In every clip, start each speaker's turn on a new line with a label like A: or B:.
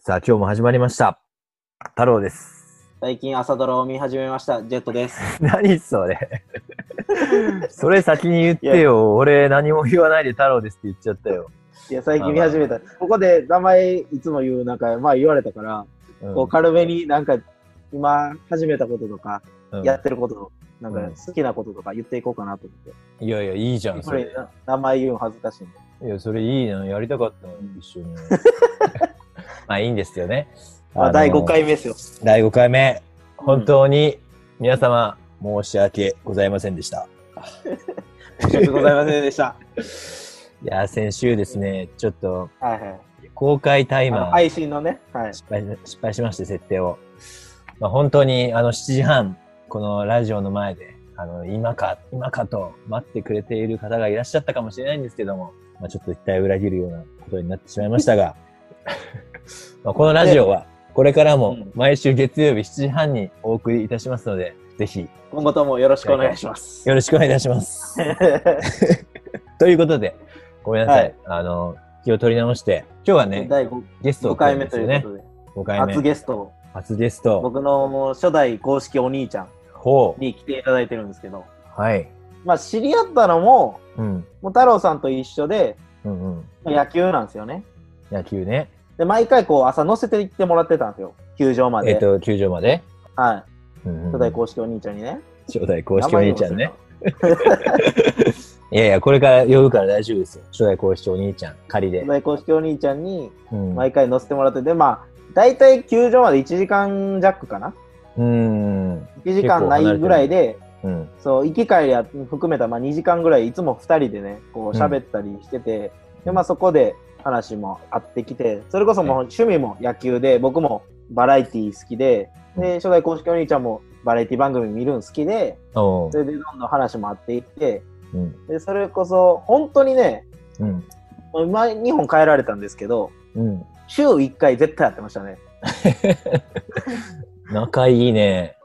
A: さあ、今日も始まりました。太郎です。
B: 最近朝ドラを見始めました、ジェットです。
A: 何そ れそれ先に言ってよ。俺何も言わないで太郎ですって言っちゃったよ。
B: いや、最近見始めた。ここで名前いつも言う、なんか、まあ言われたから、
A: うん
B: こう軽めになんか、今始めたこととか、
A: うん
B: やってること、なん
A: うん
B: か好きなこととか言っていこうかなと思って。
A: いやいや、いいじゃん、そ
B: こ
A: れ
B: れ。、名前言うの恥ずかしいんで。
A: いや、それいいな。やりたかったの、一緒に。 まあ、いいんですよね。
B: ま
A: の
B: あ、第5。回目ですよ。
A: 第5回目。本当に皆様、申し訳ございませんでした。
B: 申し訳ございませんでした。
A: いや、先週ですね、ちょっと、
B: はいはい。
A: 公開タイ
B: あ
A: マ
B: の
A: ー。
B: 配信のね、はい。
A: 失敗し失敗しまして、設定を。まあ、本当に、あの、7時半、このラジオの前で、あの、今か、今かと待ってくれている方がいらっしゃったかもしれないんですけども、まあ、ちょっと一体裏切るようなことになってしまいましたが、 まあこのラジオは、これからも
B: うん
A: 毎週月曜日7時半にお送りいたしますので、ぜひ
B: 今後ともよろしくお願いします。
A: よろしくお願いいたします。ということで、ごめんなさい。
B: はい
A: あの、気を取り直して、今日はね、
B: 第 5,
A: ゲストを来
B: 回
A: るん
B: 目
A: です
B: と
A: よ
B: いう
A: ね
B: こ。とで、
A: 5回目。
B: 初ゲスト、
A: 初ゲスト。
B: 僕のもう初代公式お兄ちゃん
A: ほう。
B: に来ていただいてるんですけど、
A: はい。
B: まあ、知り合ったのも、
A: うん。
B: もう太郎さんと一緒で、
A: うんうん。
B: まあ野球なんですよね。
A: 野球ね。
B: で、毎回こう、朝乗せて行ってもらってたんですよ。球場ま
A: え
B: で。
A: っ、と、球場まで。
B: はい。
A: うんうん
B: 初代公式お兄ちゃんにね。
A: 初代公式お兄ちゃんね。いやいや、これから呼ぶから大丈夫ですよ。初代公式お兄ちゃん、仮で
B: 名前忘れた。初代公式お兄ちゃんに、
A: うん。う
B: 毎回乗せてもらってて、まあ、大体球場まで1時間弱かな。
A: ーん。
B: 1時間ないぐらいで、
A: うん。
B: そう、行き帰りは含めた、まあ、2時間ぐらい、いつも2人でね、こう、
A: うん
B: 喋ったりしてて、で、まあ、そこで話もあってきて、それこそもう趣味も野球で、僕もバラエティー好きで、
A: うん
B: で、初代公式お兄ちゃんもバラエティ番組見るん好きで、
A: おう
B: そ。れでどんどん話もあっていって、
A: うん。
B: で、それこそ、本当にね、
A: うん。
B: もう今、日本帰られたんですけど、
A: うん。
B: 週1回絶対やってましたね。
A: 仲いいね。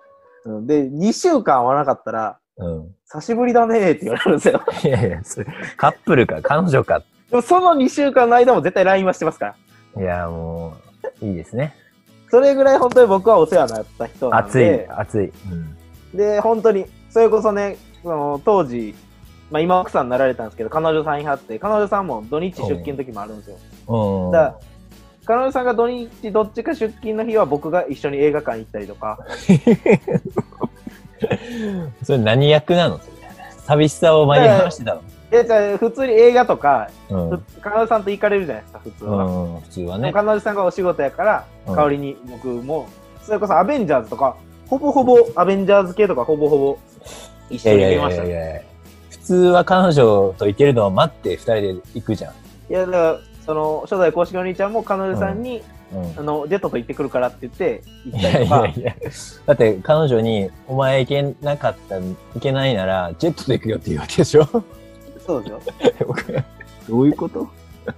B: うんで、2週間会わなかったら、
A: うん。
B: 久しぶりだねーって言われるんですよ。
A: いやいや、それカップルか、彼女か。
B: でもその2週間の間も絶対 LINE はしてますから。
A: いや、もう、いいですね。
B: それぐらい本当に僕はお世話になった人なん
A: 熱い、
B: で、
A: 熱い。うん。
B: で、本当に、それこそね、その当時、まあ、今奥さんになられたんですけど、彼女さんいはって、彼女さんも土日出勤の時もあるんですよ。
A: うん。
B: だ彼女さんが土日どっちか出勤の日は僕が一緒に映画館行ったりとか、
A: それ何役なのそれ寂しさを紛らわしてたの
B: でじゃあ普通に映画とか、
A: うん
B: ふ彼女さんと行かれるじゃないですか、普通は。
A: うん、普通は
B: でも
A: ね。
B: 彼女さんがお仕事やから、
A: うん
B: 代わりに僕も、それこそアベンジャーズとか、ほぼほぼアベンジャーズ系とかほぼほぼ
A: い
B: 一
A: や
B: 緒
A: い
B: に
A: やい
B: 見ま
A: や
B: し
A: い
B: たね。
A: やいや普通は彼女と行けるのを待って二人で行くじゃん。
B: いやだからその初代公式のお兄ちゃんも彼女さんに、
A: うん、い
B: あのジェットと行ってくるからって言って行った
A: や
B: り
A: い
B: と
A: や
B: か
A: いや。だって彼女に、お前行けなかった、行けないなら、ジェットで行くよって言うわけでしょ
B: そうですよ
A: どういうこと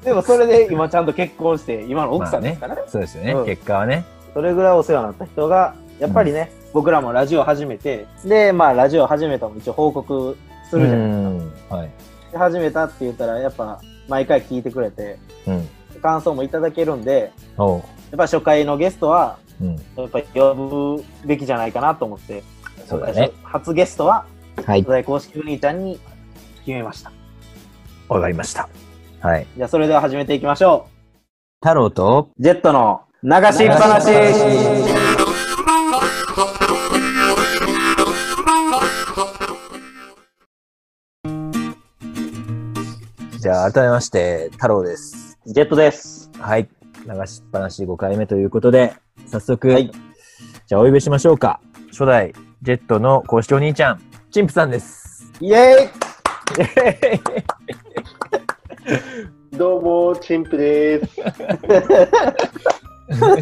B: でもそれで今ちゃんと結婚して今の奥さんですからね,、
A: そうですよね、
B: うん
A: 結果はね。
B: それぐらいお世話になった人がやっぱりね、僕らもラジオ始めてでまあラジオ始めたも一応報告するじゃない
A: うんはい。
B: で始めたって言ったらやっぱ毎回聞いてくれて
A: うん。
B: 感想もいただけるんで
A: おう。
B: やっぱ初回のゲストは
A: うん。
B: やっぱり呼ぶべきじゃないかなと思って
A: そうだね。
B: 初ゲストは
A: はい
B: 初。代公式お兄ちゃんに決めました
A: わかりました。はい。
B: じゃあ、それでは始めていきましょ
A: 太郎と、
B: う。ジェットの流しっぱなし。
A: じゃあ改めまして、太郎です。
B: ジェットです。
A: はい。流しっぱなし5回目ということで、早速、
B: はい
A: じゃあお呼びしましょうか。初代ジェットの公式お兄ちゃん、チンプさんです。
B: イエ
C: どうも、チンプです。
B: ーイ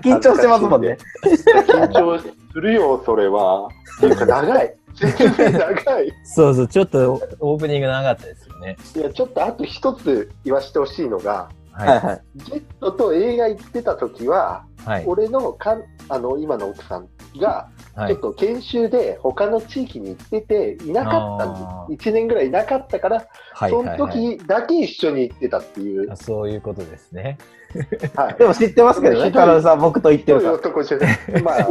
B: 緊張してますもんね。
C: 緊張するよ、それは。っていうか、長い。説明長い。
A: そうそう、ちょっとオープニング長かったですよね。
C: いや、ちょっとあと一つ言わしてほしいのが、
A: は
B: はい
A: い。
B: はい。
C: ジェットと映画行ってた時は、
A: はい。
C: 俺のかんあの今の奥さんが
A: は
C: ちょ
A: い
C: っ。と研修で他の地域に行ってていなかったんです
A: あー
C: 1年ぐらいいなかったから、
A: はい。
C: そ
A: はいは
C: の
A: い
C: 時だけ一緒に行ってたっていう、
A: あそういうことですね。
C: はい、
B: でも知ってますけどね、彼女さん、僕と言って
C: そう
B: る
C: い
B: か
C: う
B: ら。
C: 男じゃない。まあ まあまあ。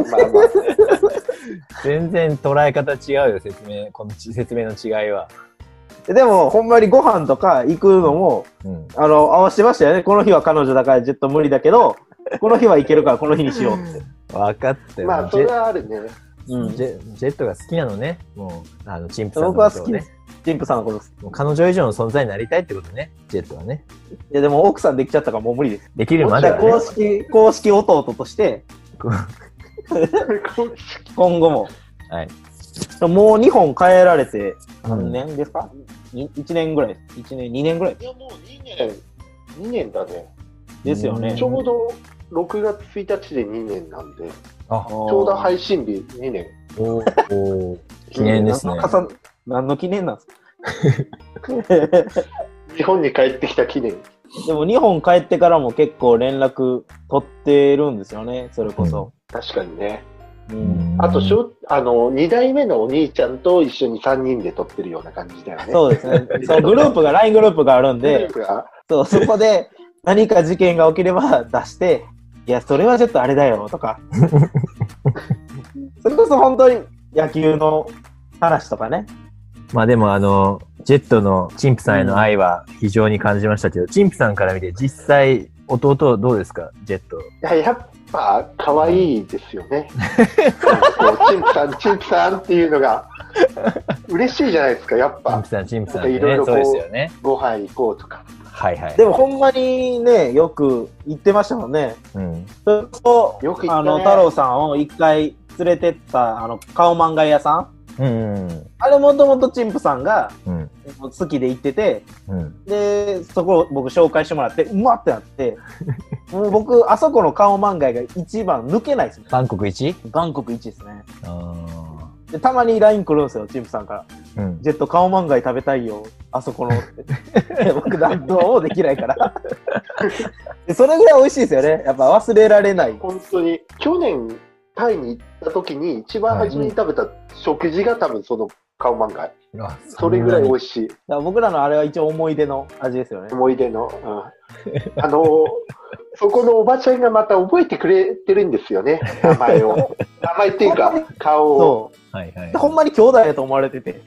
A: 全然捉え方違うよ、説明。このち説明の違いは。
B: でも、ほんまにご飯とか行くのも、
A: うん。
B: あの、合わせてましたよね。この日は彼女だからジェット無理だけど、この日は行けるからこの日にしようって。
A: 分かったよ。
C: まあ、
A: ジ
C: それ
A: ェ
C: はあるね。
B: うん
A: ジ。ェジェットが好きなのね。もう、あの、チンプさんの
B: 僕
A: こ
B: は
A: と
B: 好
A: を
B: きで
A: ね。
B: す。神父さんのことです。
A: もう彼女以上の存在になりたいってことね。ジェットはね。
B: いや、でも奥さんできちゃったからもう無理です。
A: できるま
B: じ
A: で
B: ゃ
A: は
B: あ
A: ね
B: 公。式、公式弟として、今後も。
A: はい。
B: もう2本変えられて、
A: う
B: 何
A: ん
B: 年ですか、に ?1 年ぐらいです。1年、2年ぐらい
C: いや、もう2年。2年だね。
B: ですよ
A: うん
B: ね。
C: ちょうど6月1日で2年なんで、ち
A: あ、
C: ょうど
B: い
C: 配信日2年。
A: おお。記念ですね。
B: 重な何の記念なんですか
C: 日本に帰ってきた記念。
B: でも日本帰ってからも結構連絡取ってるんですよね、それこそ。
C: 確かにね。
B: う
A: うんん
C: あとしょ、あの、2代目のお兄ちゃんと一緒に3人で撮ってるような感じだよね。
B: そうです ね。そのグループが、LINE グループがあるんで、
C: 僕が
B: そうそこで何か事件が起きれば出して、いや、それはちょっとあれだよとか。 それこそ本当に野球の話とかね。
A: まあでもあの、ジェットのチンプさんへの愛は非常に感じましたけど、チンプさんから見て実際、弟どうですかジェット。
C: いや、やっぱ可愛いですよ ね。こうチンプさん、チンプさんっていうのが嬉しいじゃないですか、やっ
A: チン
C: ぱ
A: プ。さん、チンプさんっ
C: なん
A: て
C: かいろい
A: ね。
C: ろこ
A: そううですよね。
C: ご飯行こうとか。
A: はいはい。
B: でもほんまにね、よく言ってましたもんね。
A: うん。
B: それこそ
C: よく行
B: あ
C: った
B: の、
C: ね
B: 太郎さんを一回連れてった、あの、顔漫画屋さん。
A: うんうん
B: あれもともとチンプさんが
A: うん。
B: 好きで行ってて、
A: うん。
B: で、そこを僕紹介してもらって、うまってな って、もう僕、あそこの顔漫画が一番抜けないですね。
A: バンコク 1?
B: バンコク1ですね。
A: ああ。
B: で、たまに LINE 来るんですよ、チンプさんから。
A: うん。
B: ジェット顔漫画食べたいよ、あそこのって。い や僕、だどうもできないから。でそれぐらい美味しいですよね。やっぱ忘れられない。
C: 本当に、去年、タイに行った時に一番初めに食べた食事が多分その顔漫画。
A: あ
C: それぐらい美
A: い。
C: 味しい。
B: だから僕らのあれは一応思い出の味ですよね。
C: 思い出の。 うん、あのーそこのおばちゃんがまた覚えてくれてるんですよね、名前 を。名前っていうか、顔を。
B: そ。。
A: はいはいう
B: ほんまに兄弟だと思われてて。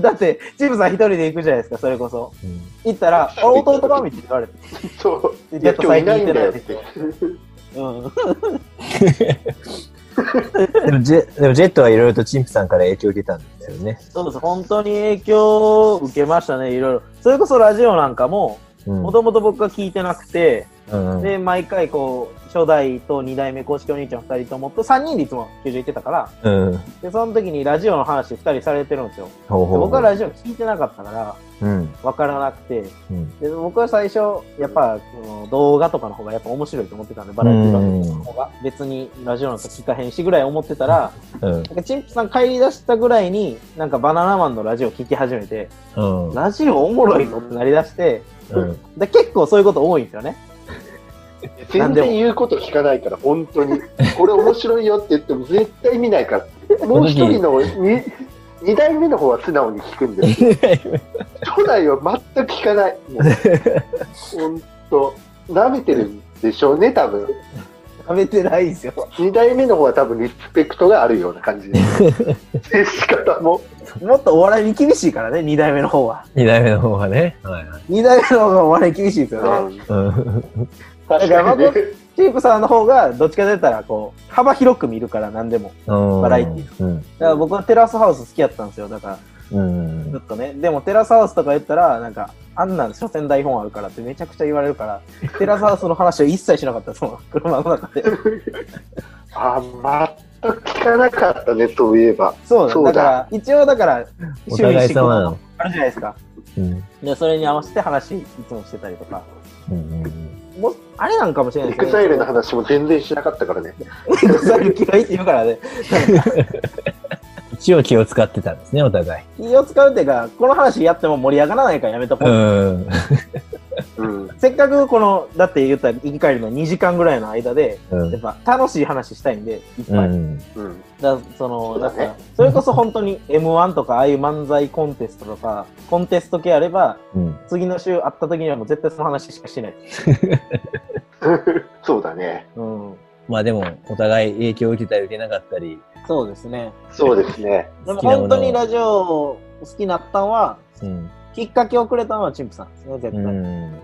B: だって、チンプさん一人で行くじゃないですか、それこそ。
A: うん
B: 行ったら、あ、弟がみたいに言われて。
C: そう。
B: で
C: いや、今日いないんだよっ
B: ジェット最近
C: て
A: で
B: 行。うん。
A: もジェ、でもジェットはいろいろとチンプさんから影響を受けたんですよね。
B: そうです。本当に影響を受けましたね、いろいろ。それこそラジオなんか
A: う
B: も、
A: ん
B: もともと僕が聞いてなくて、
A: うんうん
B: で、毎回こう、初代と2代目公式お兄ちゃん2人ともと3人でいつも球場行ってたから、
A: うん。
B: で、その時にラジオの話2人されてるんですよ。
A: ほう
B: で
A: ほう。
B: 僕はラジオ聞いてなかったから、
A: うん。
B: わからなくて、
A: うん。
B: で、僕は最初、やっぱ、その動画とかの方がやっぱ面白いと思ってたんで、バラエティ番組の方が。別にラジオなんか聞かへんしぐらい思ってたら、
A: うん。
B: なんかチンプさん帰り出したぐらいに、なんかバナナマンのラジオ聞き始めて、
A: うん。
B: ラジオおもろいのってなりだして、
A: うん。
B: で結構そういうこと多いんですよね。
C: 全然言うこと聞かないから、本当に。これ面白いよって言っても絶対見ないから。もう一人のに二代目の方は素直に聞くんですよ。初代は全く聞かない。もう本当、舐めてるんでしょうね、多分。
B: 食べてないんですよ。
C: 二代目の方は多分リスペクトがあるような感じです。接し方も。
B: もっとお笑いに厳しいからね、二代目の方は。
A: 二代目の方がね。はいはい。
B: 二代目の方がお笑い厳しいです
C: う
B: よね。
C: ん
A: うん。
C: 確かにね。
B: チープさんの方が、どっちかと言ったら、こう、幅広く見るから、何でも。
A: バ
B: ラエティ
A: ー。うん。
B: だから僕はテラスハウス好きやったんですよ、だから、
A: うん
B: ずっとね。でもテラスハウスとか言ったら、なんか、あんなん、所詮台本あるからってめちゃくちゃ言われる から、テラスハウスの話を一切しなかった、その 車の中で。
C: あ、全く聞かなかったね、そういえば。
B: そうだ
C: そうだ
B: だから、一応だから、
A: お互い様なの。
B: あるじゃないですか。
A: うん。
B: で、それに合わせて話、いつもしてたりとか。
A: うんうん
B: もうあれなんかもしれない
C: エ
B: です
C: ク
B: ね。
C: ザイルの話も全然しなかったからね。
B: エクザイル嫌いって言うからね。
A: 一応気を使ってたんですね、お互い。
B: 気を使うっていうか、この話やっても盛り上がらないからやめとこ
A: う
B: う。
A: ん。
C: うん。
B: せっかくこの、だって言ったら生き返るの2時間ぐらいの間で、
A: う
B: やっ
A: ん。
B: ぱ楽しい話したいんで、いっ
A: う
B: ぱい。
A: ん。
C: うん。
B: だその
C: そうだね
B: だからそれこそ本当に M1 とかああいう漫才コンテストとか、コンテスト系あれば、
A: うん。
B: 次の週会った時にはもう絶対その話しかしない。
C: そうだね。
B: うん。
A: まあでも、お互い影響を受けたり受けなかったり、
B: そうですね。
C: そうですね。
B: でも
A: 好きなものを
B: 本当にラジオ好きになったんは、
A: うん。
B: きっかけをくれたのはチンプさんですね、絶対。
A: うん。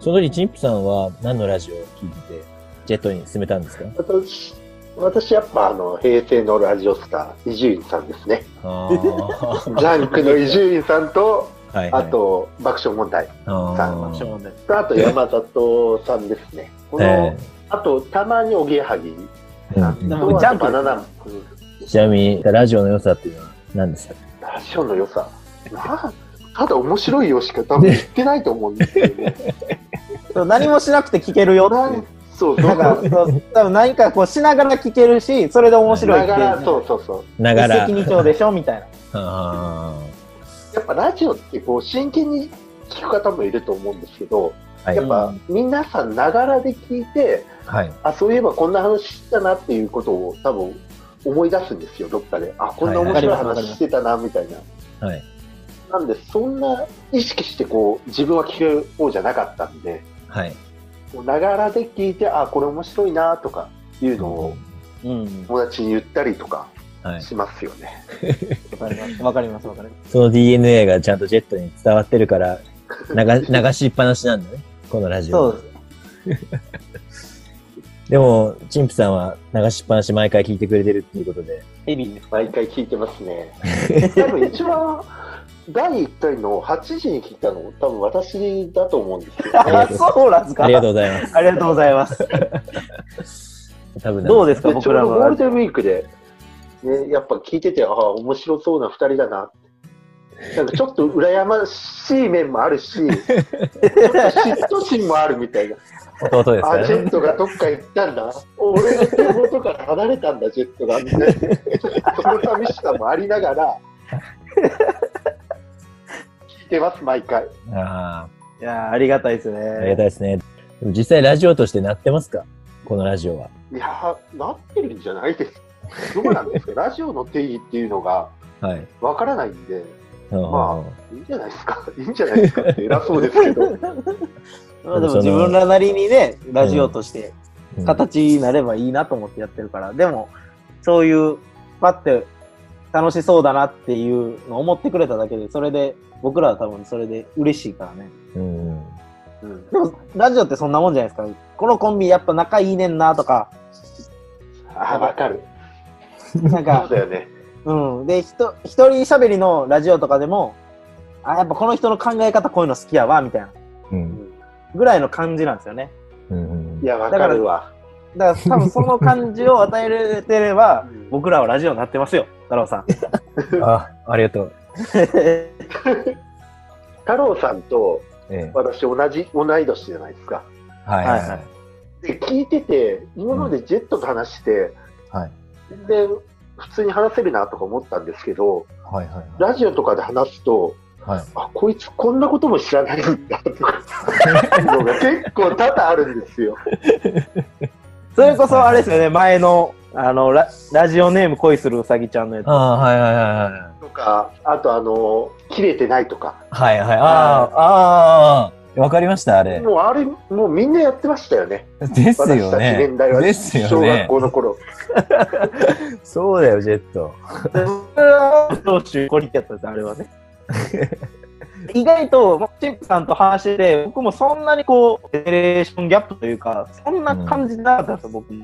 A: その時、チンプさんは何のラジオを聞いて、ジェットに進めたんですか
C: 私、私やっぱあの、平成のラジオスター、伊集院さん ですね。
A: あ あ。
C: ランクの伊集院さん と、
A: はい、
C: あ、と、爆笑問題。さん
A: あ
B: 爆笑
A: ー
B: 問題です
C: あと、山里さんですね。こ
A: え
C: の、あと、たまにおぎやはぎ。
A: え
C: さん
A: うん
B: で
C: と
B: もジャンプ
C: あとバナナマン。
A: ちなみに、ラジオの良さっていうのは何ですか
C: ラジオの良さ。なただ面白いよしか多分言ってないと思うんですよ ね。
B: そう何もしなくて聞けるよ っていう。
C: そう、
B: だから、そう多分何かこうしながら聞けるし、それで面
C: だ
B: 白いって
C: か
B: いう
C: ら、そうそうそう。
A: ながら
B: 一石。二鳥でしょみたいな。
A: あ
C: やっぱラジオってこう真剣に聞く方もいると思うんですけど、
A: ー
C: やっ
A: は
C: ぱ皆さんながらで聞いて、
A: い。はい。
C: あ、そういえばこんな話したなっていうことを多分思い出すんですよ、どっかで。あ、こんな面白い
B: はいはい
C: 話してたな、みたいな。
A: はい。
C: なんで、そんな意識してこう自分は聞く方じゃなかったんで、
A: はい。
C: こうながらで聞いて、あ、これ面白いな、とかいうのを
B: うん。
C: 友達に言ったりとか
A: はい。
C: しますよね。
B: わかります。わかります。わかります。
A: その DNA がちゃんとジェットに伝わってるから、流流しっぱなしなんだね。このラジオ。
B: そうです。
A: でも、チンプさんは流しっぱなし毎回聞いてくれてるっていうことで。
B: ヘビーです。
C: 毎回聞いてますね。多分一番第1回の8時に聞いたの、多分私だと思うんですよ。
A: が
B: あ、
A: とう
B: そうなんですか
A: ありがとうございま
B: ありがとうございます。
A: す。多分
B: どう
A: で
B: ですか、
C: でちょ
B: 僕
C: う
B: ら
C: ど
B: の
C: ゴー
B: ラ
C: ル
B: ジ
C: デンウィークで、ね、やっぱ聞いてて、ああ、面白そうな2人だなって。なんかちょっと羨ましい面もあるし、ちょっと嫉妬心もあるみたいな。
A: 弟ですか
C: あ、
A: ら
C: ジェッ
A: ね。
C: トがどっか行ったんだ。俺の手元から離れたんだ、ジェットが。みたいなその寂しさもありながら、聞いてます、毎回。
A: あ
B: オ。いやー、ありがたいですね。
A: あ、ありがたいですね。でも実際ラジオとしてなってますかこのラジオは。
C: いやー、なってるんじゃないですか。どうなんですか、 ラジオの定義っていうのが
A: はい。
C: わからないんで、
A: あ
C: いいんじゃないですか、 いいんじゃないですかって偉そうですけど、
B: まあでも自分らなりにね、ラジオとして
A: うん
B: 形になればいいなと思ってやってるから、でも、そういう、パって楽しそうだなっていうのを思ってくれただけで、それで、僕らは多分それで嬉しいからね。
A: うん。
C: うん、
B: でも、ラジオってそんなもんじゃないですか。このコンビやっぱ仲いいねんなとか、
C: あー、わかる、
B: なん
C: そ
B: か
C: う、だよね、
B: うん。で、ひと一人喋りのラジオとかでも、あ、やっぱこの人の考え方こういうの好きやわ、みたいな。
A: うん。
B: ぐらいの感じなんですよね。
A: うん
C: い。や、わかるわ、
B: だから多分その感じを与えれてれば
C: うん、
B: 僕らはラジオになってますよ、太郎 さん。
A: あ、ありがとう。
C: 太郎さんと
A: ええ。
C: 私、同じ同い年じゃないですか。
A: はいはいは
B: はいい。
C: で聞いてて、今までジェットと話して、
A: はい
C: 全然普通に話せるなとか思ったんですけど、
A: はいはい
C: ラジオとかで話すと、
A: はい。
C: あこいつこんなことも知らないんだと かのが結構多々あるんですよ。
B: それこそあれですよね、前の、あの、ララジオネーム恋するうさぎちゃ んのやつ。
A: ああ、はいはいはいはい。
C: とかあとあの切れてないとか
A: はいはい。あ
B: は
A: あ、ああ、わかりました、あれ。
C: もうあれもうみんなやってましたよね
A: です
C: 私
A: よ
C: たち
A: ね
C: 年代。は
A: ですよ
C: 小学
A: ね。
C: 校 の頃
A: そうだよ、ジェット。
B: 長州こりってやつです、あれはね。 意外と、まあチンプさんと話してて、僕もそんなにこう、ジェネレーションギャップというか、そんな感じなかったんですよ、僕も。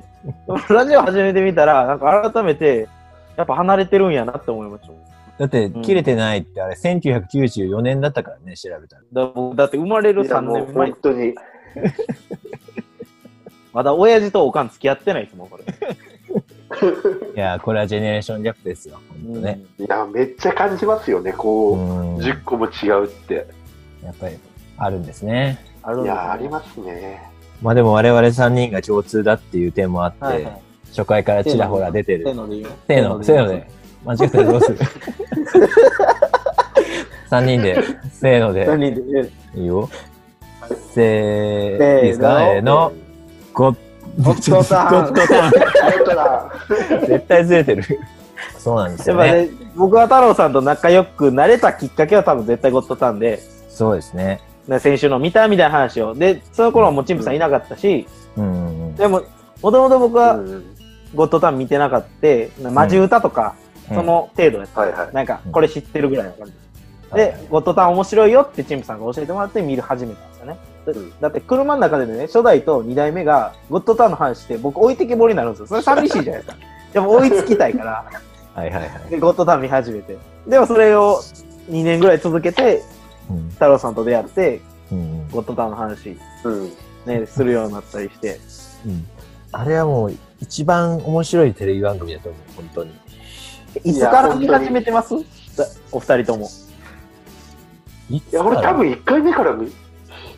B: ラジオ始めてみたら、なんか改めて、やっぱ離れてるんやなって思いました。だ
A: だって
B: う、ん
A: 切れてないって、あれ、1994年だったからね、調べたら。
B: 僕だって生まれる
C: いや
B: 3
C: もう
B: 年前
C: 本、当に
B: まだ親父とおかん付き合ってないですもん、これ。
A: いやー、これはジェネレーションギャップですよ、ほんとね。
C: いやめっちゃ感じますよね
A: う
C: こう、
A: ん。や
C: 10個も違うって
A: っぱり、あるんですね。
B: あるん
C: い
B: ですよ
C: やありますね
A: まあでも、我々3人が共通だっていう点もあっ
B: はい
A: て
B: は、い。
A: 初回からちらほら出て
B: せー
A: る。
B: ので言う。
A: せーの、せーので。間違ったらどうす る ?3 人で、せーので。
B: 何で言う
A: いいよ。せー、いいですかせーの。ご、
B: ゴッドタン
A: ゴッドタン
C: だから、
A: 絶対ずれてる。そうなんです
B: やっ
A: よ
B: ぱ
A: ね。
B: ね、僕は太郎さんと仲良くなれたきっかけは多分絶対ゴッドタンで、
A: そうですね。
B: ね先週の見たみたいな話を。で、その頃はもうチンプさんいなかったし、
A: うんうんうん。
B: でも、もともと 僕は
C: うん
B: ゴッドタン見てなかった、マジ歌とか、その程度やった。
C: はいはい。
B: なんか、これ知ってるぐらいの感じ。
A: うん、
B: で、ゴッドタン面白いよってチンプさんが教えてもらって見る始めたんですよね。だ
C: うん
B: だって車の中でね、初代と2代目がゴッドタンの話して僕置いてけぼりになるんですよ。それ寂しいじゃないです か。でも追いつきたいから、
A: はいはいはい。
B: でゴッドタン見始めて。でもそれを2年ぐらい続けて、
A: うん
B: 太郎さんと出会って、
A: うんうん
B: ゴッドタンの話、
C: うん。
B: ね、するようになったりして。
A: うんあれはもう一番面白いテレビ番組だと思う、本当に。
B: いつから見始めてますだお二人とも。
A: い
C: いや、俺多分1回目から見、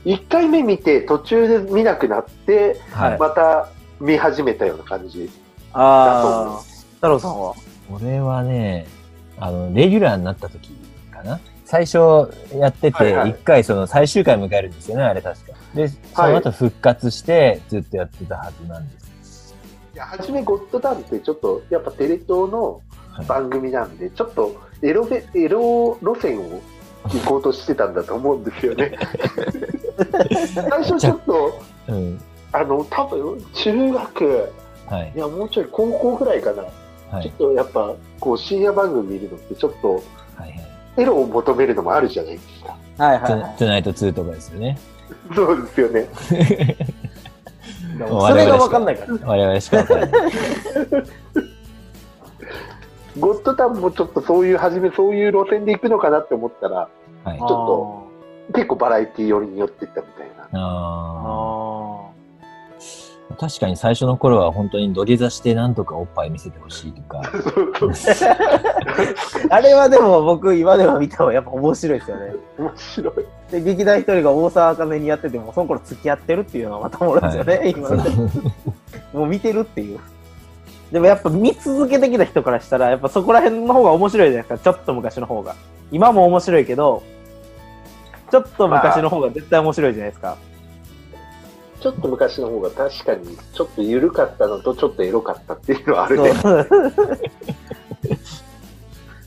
C: 1回目見て、途中で見なくなって、
A: はい。
C: また見始めたような感じ。
B: ああ、太郎さんは
A: 俺はね、あの、レギュラーになった時かな。最初やって
C: はい
A: て、
C: はい
A: 一回その最終回迎えるんですよね、あれ確か。で、その後復活して、ずっとやってたはずなんです。
C: いや、初め、ゴッドタンって、ちょっと、やっぱテレ東の番組なんで、ちょっとエロフェ、エロ路線を行こうとしてたんだと思うんですよ ね。最初ちょっと、
A: うん。
C: あの、多分、中学、
A: はい
C: い。や、もうちょい高校ぐらいかな。
A: は
C: ちょっ
A: い。
C: とやっぱ、こう、深夜番組見るのって、ちょっと、
A: はいはい。
C: エロを求めるのもあるじゃないですか。
B: はい
A: ト
B: はいは
A: ゥトゥナイト2とかですよね。
C: そうですよね。
B: い。でもそれがわかんないから。
A: 我々しかわかんない。
C: ゴッドタンもちょっとそういう、初めそういう路線で行くのかなって思ったら、
A: はい。
C: ょっと結構バラエティ寄りに寄ってったみたいな。
A: あ
B: あ
A: ー確かに最初の頃は本当に土下座してなんとかおっぱい見せてほしいとか。
B: あ。あれはでも僕今でも見た方がやっぱ面白いですよ ね。
C: 面白い。
B: で、劇団一人が大沢あかねにやってても、その頃付き合ってるっていうのはまたおもろいですよね、今ので。もう見てるっていう。でもやっぱ見続けてきた人からしたら、やっぱそこら辺の方が面白いじゃないですか、ちょっと昔の方が。今も面白いけど、ちょっと昔の方が絶対面白いじゃないですか。
C: ちょっと昔の方が確かに、ちょっと緩かったのと、ちょっとエロかったっていうのはあるね。
B: そう。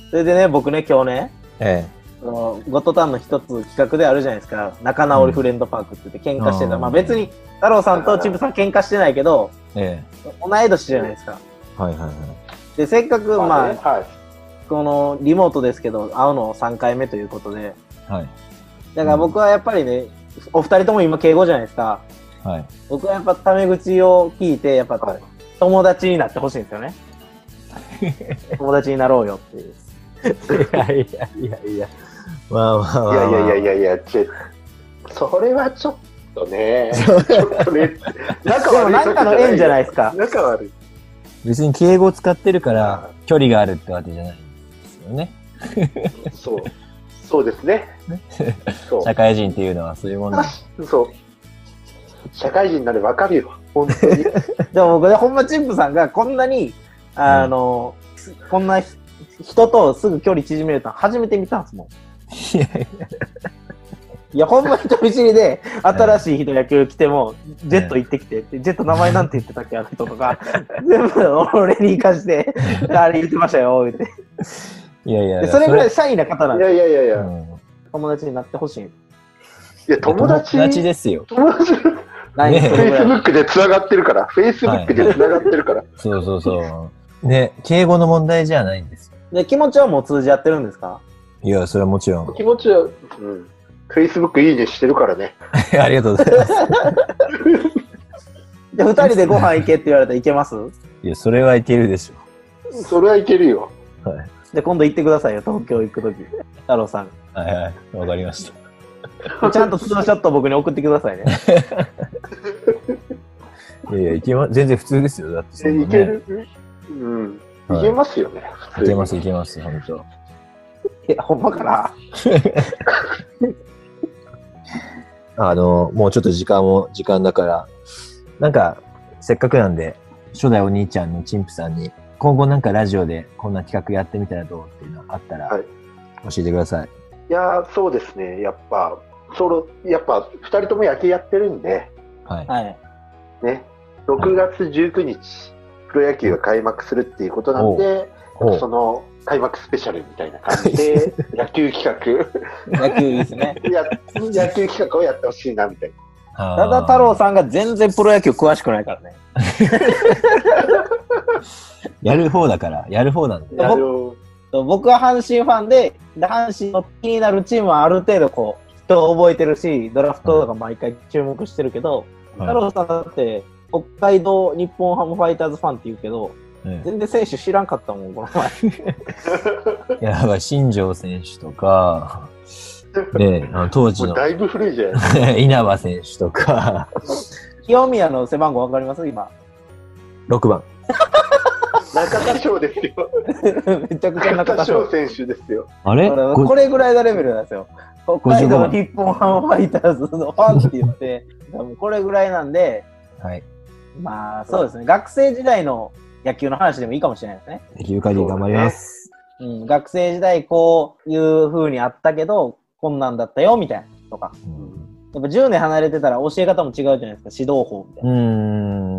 B: それでね、僕ね、今日ね、
A: え
B: そのゴッドタンの一つ企画であるじゃないですか仲直りフレンドパークって言って喧嘩してた、
A: うん
B: まあ別に太郎さんとチブさん喧嘩してないけど
A: え。え
B: 同い年じゃないですか
A: え。はいはいはい。
B: でせっかくま
C: ね
B: あ
C: はい。
B: このリモートですけど会うの3回目ということで
A: はい。
B: だから僕はやっぱりねお二人とも今敬語じゃないですか
A: はい。
B: 僕はやっぱタメ口を聞いてやっぱ
C: はい
B: 友達になってほしいんです よね友達になろうよって いう
A: いやいやいやいや。まあまあま
C: い
A: あ、まあ。
C: やいやいやいやいや、ちそれはちょっとね、ちょっとね、仲
B: でも
C: 悪い。
B: なんかの縁じゃないいですか
C: 仲悪い。
A: 別に敬語を使ってるから、距離があるってわけじゃないんですよね。
C: そう。そうですね。そう。
A: 社会人っていうのはそういうもんだ。
C: そう。社会人になればわかるよ。本当 に。
B: でも僕ね、ほんまチンプさんがこんなに、あの、こんなひ人とすぐ距離縮めると初めて見たんですも
A: い やい
B: ん。いや、ほんまに飛び知りで、新しい人野球来ても、ジェット行ってきてって、ジェット名前なんて言ってたっけ、あの人とか、 全部俺に生かして、あれ言ってましたよ、言って。
A: やいや
B: でそれぐらい
A: そ
B: シャイな方なん
C: い
B: で、
C: やいやいやい
A: れう
C: や。
A: ん
B: 友達になってほしい。
C: いや、友達。
A: 友達ですよ。
C: 友達。
B: ないんです
A: ね
B: そ
C: フェ
B: れ
C: イ
B: ぐ
C: スブ
B: らい。
C: ックで繋がってるから。フェイスブックで繋がってるから。
A: そうそうそう。ね、敬語の問題じゃないんですよ。
B: で、気持ちはもう通じ合ってるんですか
A: いや、それはもちろん。
C: 気持ちは、うん。フェイスブックいいねしてるからね。
A: ありがとうございます。
B: で、二人でご飯行けって言われたら行けます
A: いや、それはいけるでし
C: それはいけるよ。
A: ょ。はい。
B: で、今度行ってくださいよ、東京行くとき。太郎さん。
A: はいはい。わかりました。
B: ちゃんとツーショット僕に送ってくださいね。
A: いやいや、いけま、全然普通ですよ。だってそんなね
C: いける。うん。
A: はい
C: いけますよね。普
A: い
C: 通
A: け
C: に
A: ます、いけます、本当。
B: いや、ほんまかな。
A: あの、もうちょっと時間も、時間だから、なんか、せっかくなんで、初代お兄ちゃんのチンプさんに、今後なんかラジオでこんな企画やってみたらどうっていうのあったら、
C: はい
A: 教えてください。
C: いやーそうですね。やっぱ、そのやっぱ2人とも野球やってるんで、
A: はい。
B: はい。
C: ね、6月19日、プロ野球が開幕するっていうことなんで、
A: ほ。
C: そうの開幕スペシャルみたいな感 じで、野球企画
B: 野球いいですね。
C: や、野球企画をやってほしいなみたい
A: た
B: ただ太郎さんが全然プロ野球詳しくないからね。
A: やる方だから、やる方なんで。
C: な。あの
B: 僕は阪神ファンで、で阪神の気になるチームはある程度こう、人を覚えてるし、ドラフトとか毎回注目してるけど、太郎さんだって、北海道日本ハムファイターズファンって言うけど、
A: うん
B: 全然選手知らんかったもん、この前。
A: いや、だから新庄選手とか、ね、あの当時
C: もう
A: の
C: だいぶ古いじゃない
A: 稲葉選手とか、
B: 清宮の背番号わかります今。
A: 6番。
C: 中田翔ですよ。
B: めちゃくちゃ
C: 中
B: 中
C: 田
B: 田
C: 翔
B: 翔。
C: 選手ですよ。
A: あれ
B: これ
A: ご
B: これぐらいのレベルなんですよ。北海道
A: 55
B: 日本ハムファイターズのファンって言って、多分これぐらいなんで、
A: はい。
B: まあそうですね、学生時代の野球の話でもいいかもしれないですね。
A: できる限り頑張ります。
B: うん、学生時代こういう風にあったけど、こんなんだったよみたいなとか。
A: うん
B: やっぱ10年離れてたら教え方も違うじゃないですか、指導法みたいうな。
A: ー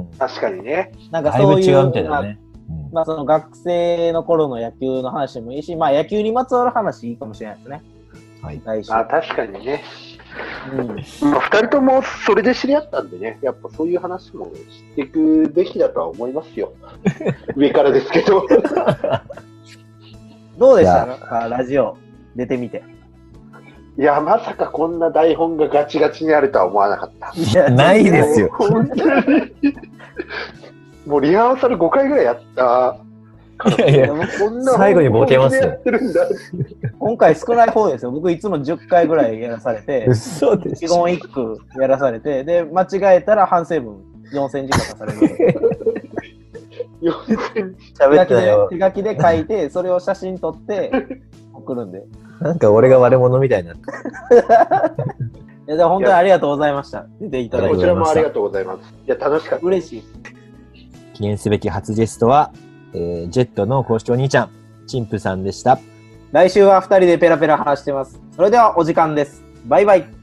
A: ん。
C: 確かにね。
B: なんか
A: だいぶ
B: そういう、
A: 違うみたい
B: ま
A: だ
B: あ
A: ね。うん
B: まあその学生の頃の野球の話でもいいし、まあ野球にまつわる話いいかもしれないですね。
A: はい。
B: 来週。
C: あ確かにね。
B: うん
C: まあ、2人ともそれで知り合ったんでね、やっぱそういう話も知っていくべきだとは思いま すよ。上からですけど。
B: どうでしたか、ラジオ出てみて。
C: いや、まさかこんな台本がガチガチにあるとは思わなかった。
B: い や
A: ないですよ。
C: 本当に。もうリハーサル5回ぐらいやった。
A: いやいや、
C: こんな
A: 最後にボケますよ
C: 本気でやってるんだ
B: 今回少ない方ですよ。僕いつも10回ぐらいやらされて、
A: 嘘でし
B: 一言
A: ょ。
B: 一句やらされて、で、間違えたら反省文4000字書かされ る。手書きで。手書きで書いて、それを写真撮って送るんで。い
A: なんか俺が悪者みたいになって。
B: や、でも本当にありがとうございました。出ていただい
C: こ
B: て。
C: ちらもありがとうございます。いや、楽しかった。
B: 嬉しい。
A: 記念すべき初ゲストは、えージェットの公式お兄ちゃん、チンプさんでした。
B: 来週は2人でペラペラ話してます。それではお時間です。バイバイ。